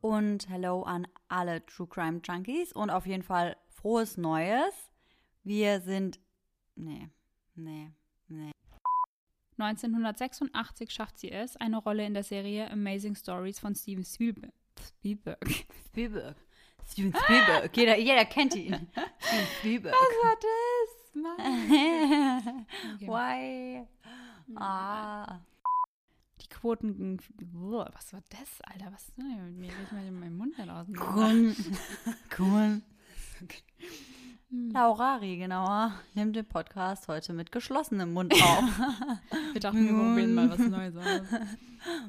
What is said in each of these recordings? und hello an alle True Crime Junkies und auf jeden Fall frohes Neues. Wir sind. Nee, nee, nee. 1986 schafft sie es, eine Rolle in der Serie Amazing Stories von Steven Spielberg. Spielberg. Spielberg. Steven Spielberg. Jeder, jeder kennt ihn. Steven Spielberg. Was war das? Mann. Okay. Why? Ah. Die Quoten. Uah, Was war das, Alter? Was ist denn hier mit mir? Ich mal meinen Mund da draußen. Cool. cool. Hm. Laurari, genauer, nimmt den Podcast heute mit geschlossenem Mund auf. Wir dachten, wir probieren mal was Neues aus.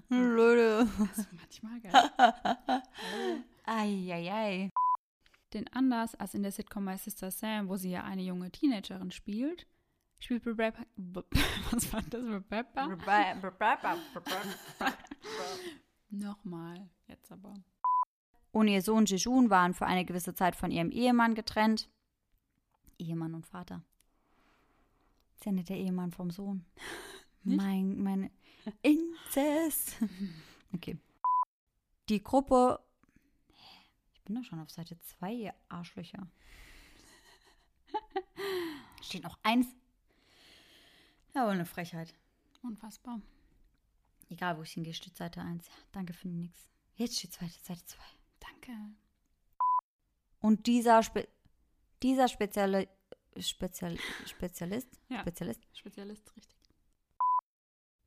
Leute. Das ist manchmal geil. Eieiei. Denn anders als in der Sitcom My Sister Sam, wo sie ja eine junge Teenagerin spielt, spielt Rebecca. Was war das? Rebecca? Nochmal. Jetzt aber. Und ihr Sohn Jejun waren für eine gewisse Zeit von ihrem Ehemann getrennt. Ehemann und Vater. Ist ja nicht der Ehemann vom Sohn. Nicht? Mein, mein Inzest. Okay. Die Gruppe. Hä? Ich bin doch schon auf Seite 2, ihr Arschlöcher. Steht noch eins. Ja, aber eine Frechheit. Unfassbar. Egal, wo ich hingehe, steht Seite 1. Ja, danke für nix. Jetzt steht Seite, Seite 2. Danke. Und dieser, Spe dieser spezielle Spezial Spezialist, Ja. Spezialist, Spezialist, richtig.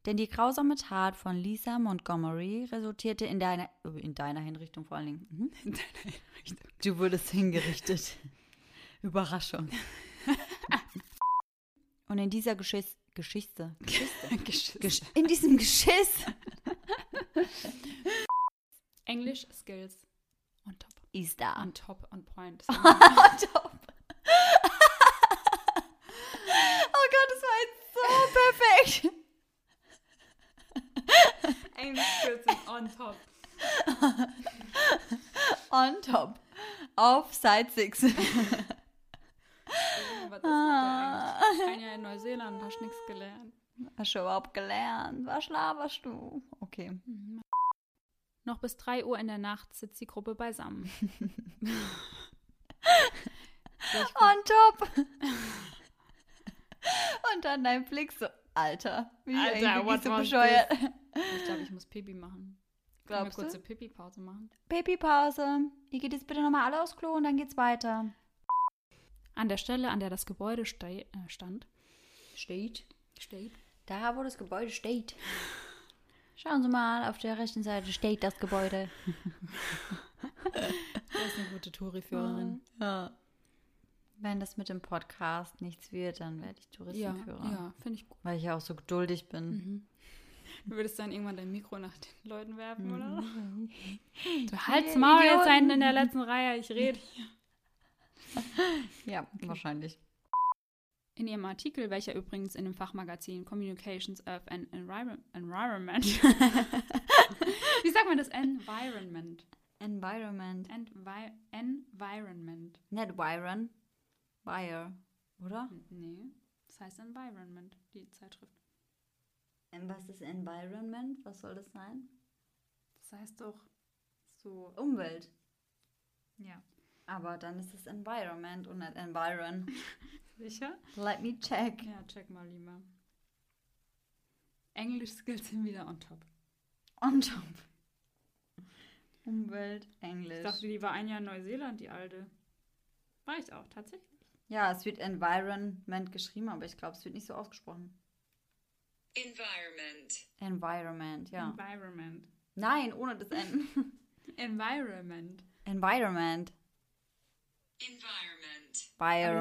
denn die grausame Tat von Lisa Montgomery resultierte in deiner, in deiner Hinrichtung vor allen Dingen. Mhm. In deiner Hinrichtung. Du wurdest hingerichtet. Überraschung. Und in dieser Geschiss Geschichte, Geschiss. Gesch in diesem Geschiss, Englisch Skills. On top. ist da. On top, on point. Top. oh Gott, das war jetzt so perfekt. Englisch Skills sind on top. On top. Auf Side 6. Was ist ah. Ein Jahr in Neuseeland, hast nichts gelernt. Hast du überhaupt gelernt? Was laberst du? Okay. Mhm. Noch bis 3 Uhr in der Nacht sitzt die Gruppe beisammen. Richtig gut. On top. Und dann dein Blick so, Alter, wie Alter, Alter, what so was bescheuert. ich glaube, ich muss Pipi machen. Können wir Glaubst kurze du? Pipi-Pause machen? Babypause. Ihr geht jetzt bitte nochmal alle aufs Klo und dann geht's weiter. An der Stelle, an der das Gebäude stei- äh, stand, Steht. steht, Da, wo das Gebäude steht. Schauen Sie mal, auf der rechten Seite steht das Gebäude. da ist eine gute Touri-Führerin. Ja. Wenn das mit dem Podcast nichts wird, dann werde ich Ja, Touristenführer. ja finde ich gut. Weil ich ja auch so geduldig bin. Du würdest dann irgendwann dein Mikro nach den Leuten werfen, oder? Du Ihr halt's Maul jetzt Idioten. einen in der letzten Reihe, ich rede. Ja, wahrscheinlich. In ihrem Artikel, welcher übrigens in dem Fachmagazin Communications Earth and Envir- Environment. Wie sagt man das? Environment. Environment. Envi Environment. Ned Byron. Wire. Oder? Nee, das heißt Environment, die Zeitschrift. Ähm, Was ist Environment? Was soll das sein? Das heißt doch so. Umwelt. Ja. Aber dann ist es Environment und nicht Environ. Sicher? Let me check. Ja, check mal lieber. Englisch-Skills sind wieder on top. On top. Umwelt, Englisch. Ich dachte, die war ein Jahr in Neuseeland, die alte. War ich auch, tatsächlich. ja, es wird Environment geschrieben, aber ich glaube, es wird nicht so ausgesprochen. Environment. Environment, ja. Environment. Nein, ohne das N. Environment. Environment. Environment. Aber die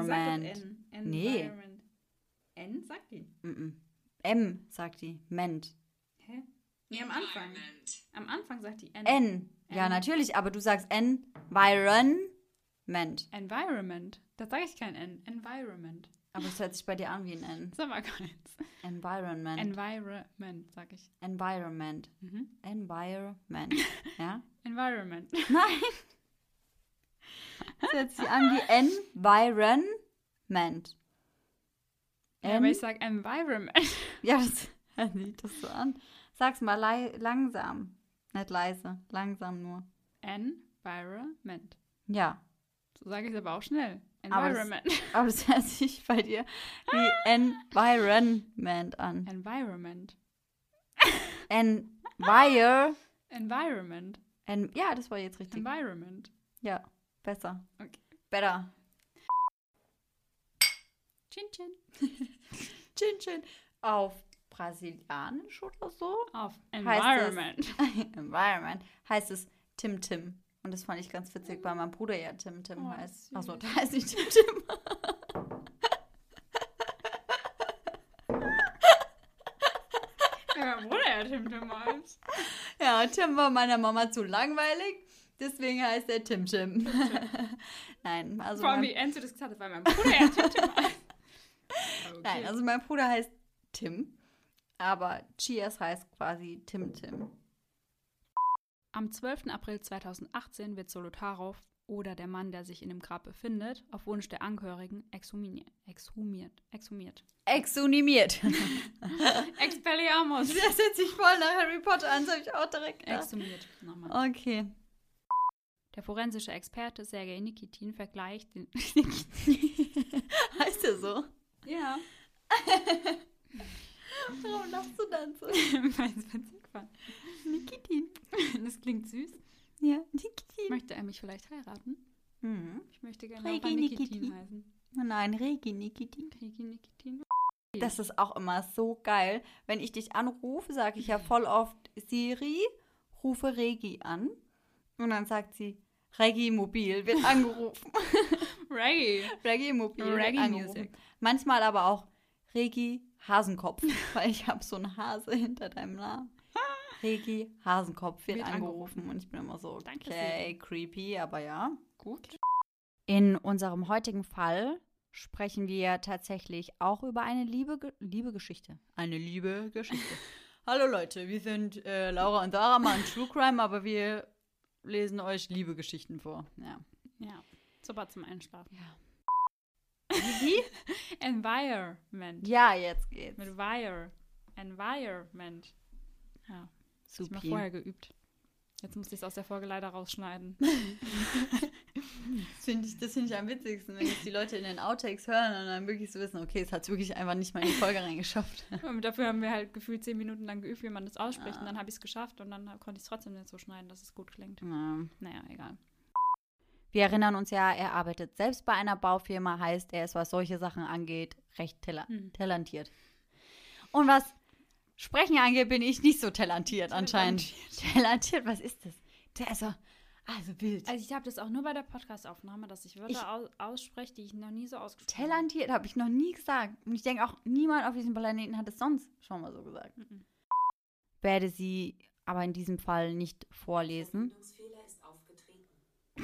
sagt doch Environment. N. Environment. N sagt die. Mm-mm. M, sagt die. Ment. Hä? Nee, am Anfang. Am Anfang sagt die N. N. Ja, N. natürlich, aber du sagst Environment. Environment. Da sage ich kein N. Environment. Aber es hört sich bei dir an wie ein N. Das ist aber keins. Environment. Environment, sag ich. Environment. Mhm. Environment. Ja? Environment. Nein. Es hört sich an wie Environment. Ja, aber ich sag Environment. ja, das hört sich das so an. Sag's mal lei langsam. Nicht leise, langsam nur. Environment. Ja. So sage ich es aber auch schnell. Aber das- Environment. Aber das hört sich bei dir wie Environment an. Environment. Envire. Environment. En ja, das war jetzt richtig. Environment. Ja, besser. Okay. Better. Chin chin. Chin Chin. Auf Brasilianisch oder so? Auf es- Environment. Environment heißt es Tim Tim. Und das fand ich ganz witzig, weil mein Bruder ja Tim Tim Oh, heißt. süß. Achso, da heißt nicht Tim Tim. Ja, mein Bruder hat Tim Tim Malz. Ja, Tim war meiner Mama zu langweilig, deswegen heißt er Tim Tim. Nein, also Vor allem, mein, wie Enzo das gesagt hat, weil mein Bruder hat Tim Tim Malz. Okay. nein, also mein Bruder heißt Tim, aber Chias heißt quasi Tim Tim. Am 12. April 2018 wird Solotarow oder der Mann, der sich in dem Grab befindet, auf Wunsch der Angehörigen exhumiert. Exhumiert. Exhumiert. Exonimiert. Expelliarmus. Das hört sich voll nach Harry Potter an, das habe ich auch direkt gedacht. Exhumiert. Nochmal. Oh. Okay. Der forensische Experte Sergei Nikitin vergleicht den. heißt er so? ja. Warum lachst du dann so? Weil es witzig war. Nikitin. Das klingt süß. Ja, Nikitin. Möchte er mich vielleicht heiraten? Mhm. Ich möchte gerne Regi Regi Nikitin Nikitin. heißen. Nein, Regi Nikitin. Regi Nikitin. Das ist auch immer so geil. Wenn ich dich anrufe, sage ich ja voll oft Siri, rufe Regi an. Und dann sagt sie, Regi Mobil wird angerufen. Regi. Regi Mobil wird Regi angerufen. Manchmal aber auch Regi Hasenkopf, weil ich habe so einen Hase hinter deinem Namen. Regi Hasenkopf wird, Wird angerufen. angerufen. Und ich bin immer so, Danke, okay, creepy, aber ja. Gut. In unserem heutigen Fall sprechen wir tatsächlich auch über eine liebe, Ge- liebe Geschichte. Eine liebe Geschichte. Hallo Leute, wir sind äh, Laura und Sarah, machen True Crime, aber wir lesen euch liebe Geschichten vor. Ja. Ja. Super zum Einschlafen. Wie? Environment. ja, jetzt geht's. Mit Wire. Environment. Ja. Das hab ich mal Supi. vorher geübt. Jetzt musste ich es aus der Folge leider rausschneiden. Das finde ich, das find ich am witzigsten, wenn jetzt die Leute in den Outtakes hören und dann wirklich so wissen, okay, es hat wirklich einfach nicht mal in die Folge reingeschafft. Und dafür haben wir halt gefühlt zehn Minuten lang geübt, wie man das ausspricht. Ja. Und dann habe ich es geschafft und dann konnte ich es trotzdem nicht so schneiden, dass es gut klingt. Ja. Naja, egal. Wir erinnern uns ja, er arbeitet selbst bei einer Baufirma, heißt, er ist, was solche Sachen angeht, recht tala Hm. talentiert. Und was Sprechen angeht, bin ich nicht so talentiert anscheinend. Talentiert, was ist das? Der ist so, also wild. Also ich habe das auch nur bei der Podcastaufnahme, dass ich Wörter Ich- au ausspreche, die ich noch nie so ausgesprochen habe. Talentiert habe ich noch nie gesagt. Und ich denke auch, niemand auf diesem Planeten hat es sonst schon mal so gesagt. Mhm. Werde sie aber in diesem Fall nicht vorlesen. Verbindungsfehler ist aufgetreten.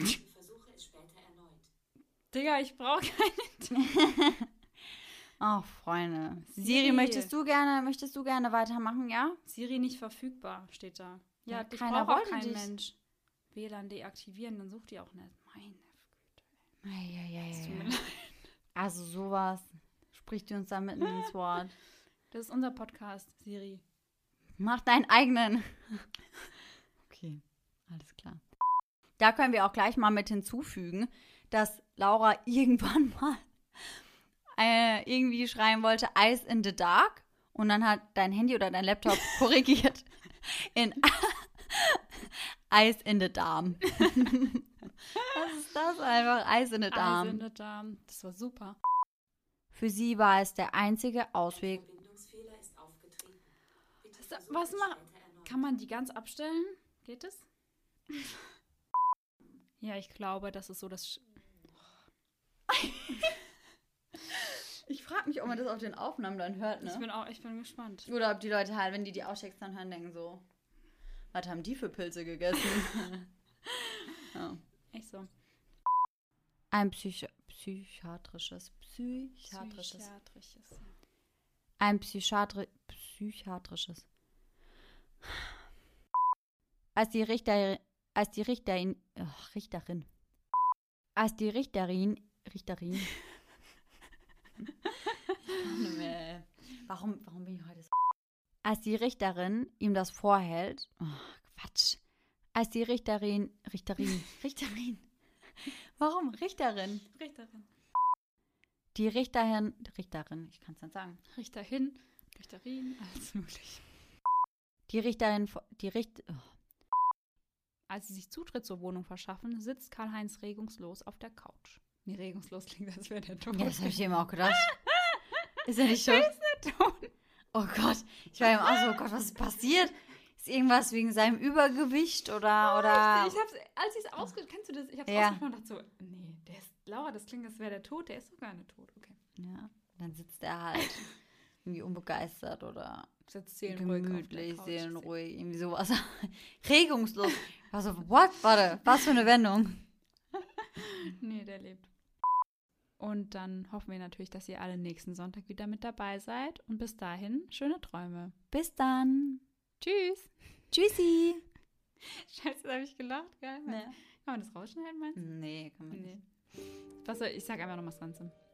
Ich versuche es später erneut. Digga, ich brauche Ach, Freunde. Siri, Siri. möchtest du gerne, möchtest du gerne weitermachen, ja? Siri nicht verfügbar, steht da. Ja, Ja, dich keiner braucht wollte auch kein dich. Mensch. WLAN deaktivieren, dann sucht die auch nicht. Meine Güte. Es tut mir Eieieiei. leid. Also sowas spricht ihr uns da mitten ins Wort. Das ist unser Podcast, Siri. Mach deinen eigenen. Okay, alles klar. Da können wir auch gleich mal mit hinzufügen, dass Laura irgendwann mal äh, irgendwie schreien wollte, Eyes in the Dark. Und dann hat dein Handy oder dein Laptop korrigiert in Eyes in the Darm. Was ist das einfach? Eyes in the Darm. Eyes in the Darm. Das war super. Für sie war es der einzige Ausweg Verbindungsfehler ist aufgetreten. Bitte Was- versuche was es ma- später erneut. Kann man die ganz abstellen? Geht das? Ja, ich glaube, das ist so das. Sch Ich frage mich, ob man das auf den Aufnahmen dann hört, Ich ne? bin auch, ich bin gespannt. Oder ob die Leute halt, wenn die die Outtakes dann hören, denken so, was haben die für Pilze gegessen? ja. Echt so. Ein Psych psychiatrisches, psychiatrisches, Psychiatrisches. ja. ein Psychiatri psychiatrisches. Als die Richter, als die Richterin, ach, Richterin, als die Richterin, Richterin. warum, warum bin ich heute so? Als die Richterin ihm das vorhält, oh, Quatsch, als die Richterin, Richterin, Richterin. Warum Richterin? Richterin. Die Richterin, Richterin, ich kann es nicht sagen. Richterin, Richterin, alles möglich. Die Richterin, vo- die Richt, oh, Als sie sich Zutritt zur Wohnung verschaffen, sitzt Karl-Heinz regungslos auf der Couch. Nee, regungslos klingt, als wäre der Ton. ja, das habe ich eben auch gedacht. Ist ja nicht schön. Wer ist der Ton? Oh Gott, ich war eben auch so, oh Gott, was ist passiert? Ist irgendwas wegen seinem Übergewicht Oh, oder, oder? Also Ich hab's, als ich es ausge... Kennst du das? Ich hab's Ja. ausgesprochen und dachte so, nee, der ist... Laura, das klingt, als wäre der tot. Der ist doch gar nicht tot. Okay. Ja, dann sitzt er halt irgendwie unbegeistert oder Sitzt seelenruhig gemütlich, auf der Couch. seelenruhig, irgendwie sowas. Regungslos. Ich war so, what? Warte, was für eine Wendung. Nee, der lebt. Und dann hoffen wir natürlich, dass ihr alle nächsten Sonntag wieder mit dabei seid. Und bis dahin, schöne Träume. Bis dann. Tschüss. Tschüssi. Scheiße, da habe ich gelacht, gell? Kann man das rausschneiden, meinst Nee, kann du? man nicht. Nee. Was soll, ich sag einfach nochmal Sanze.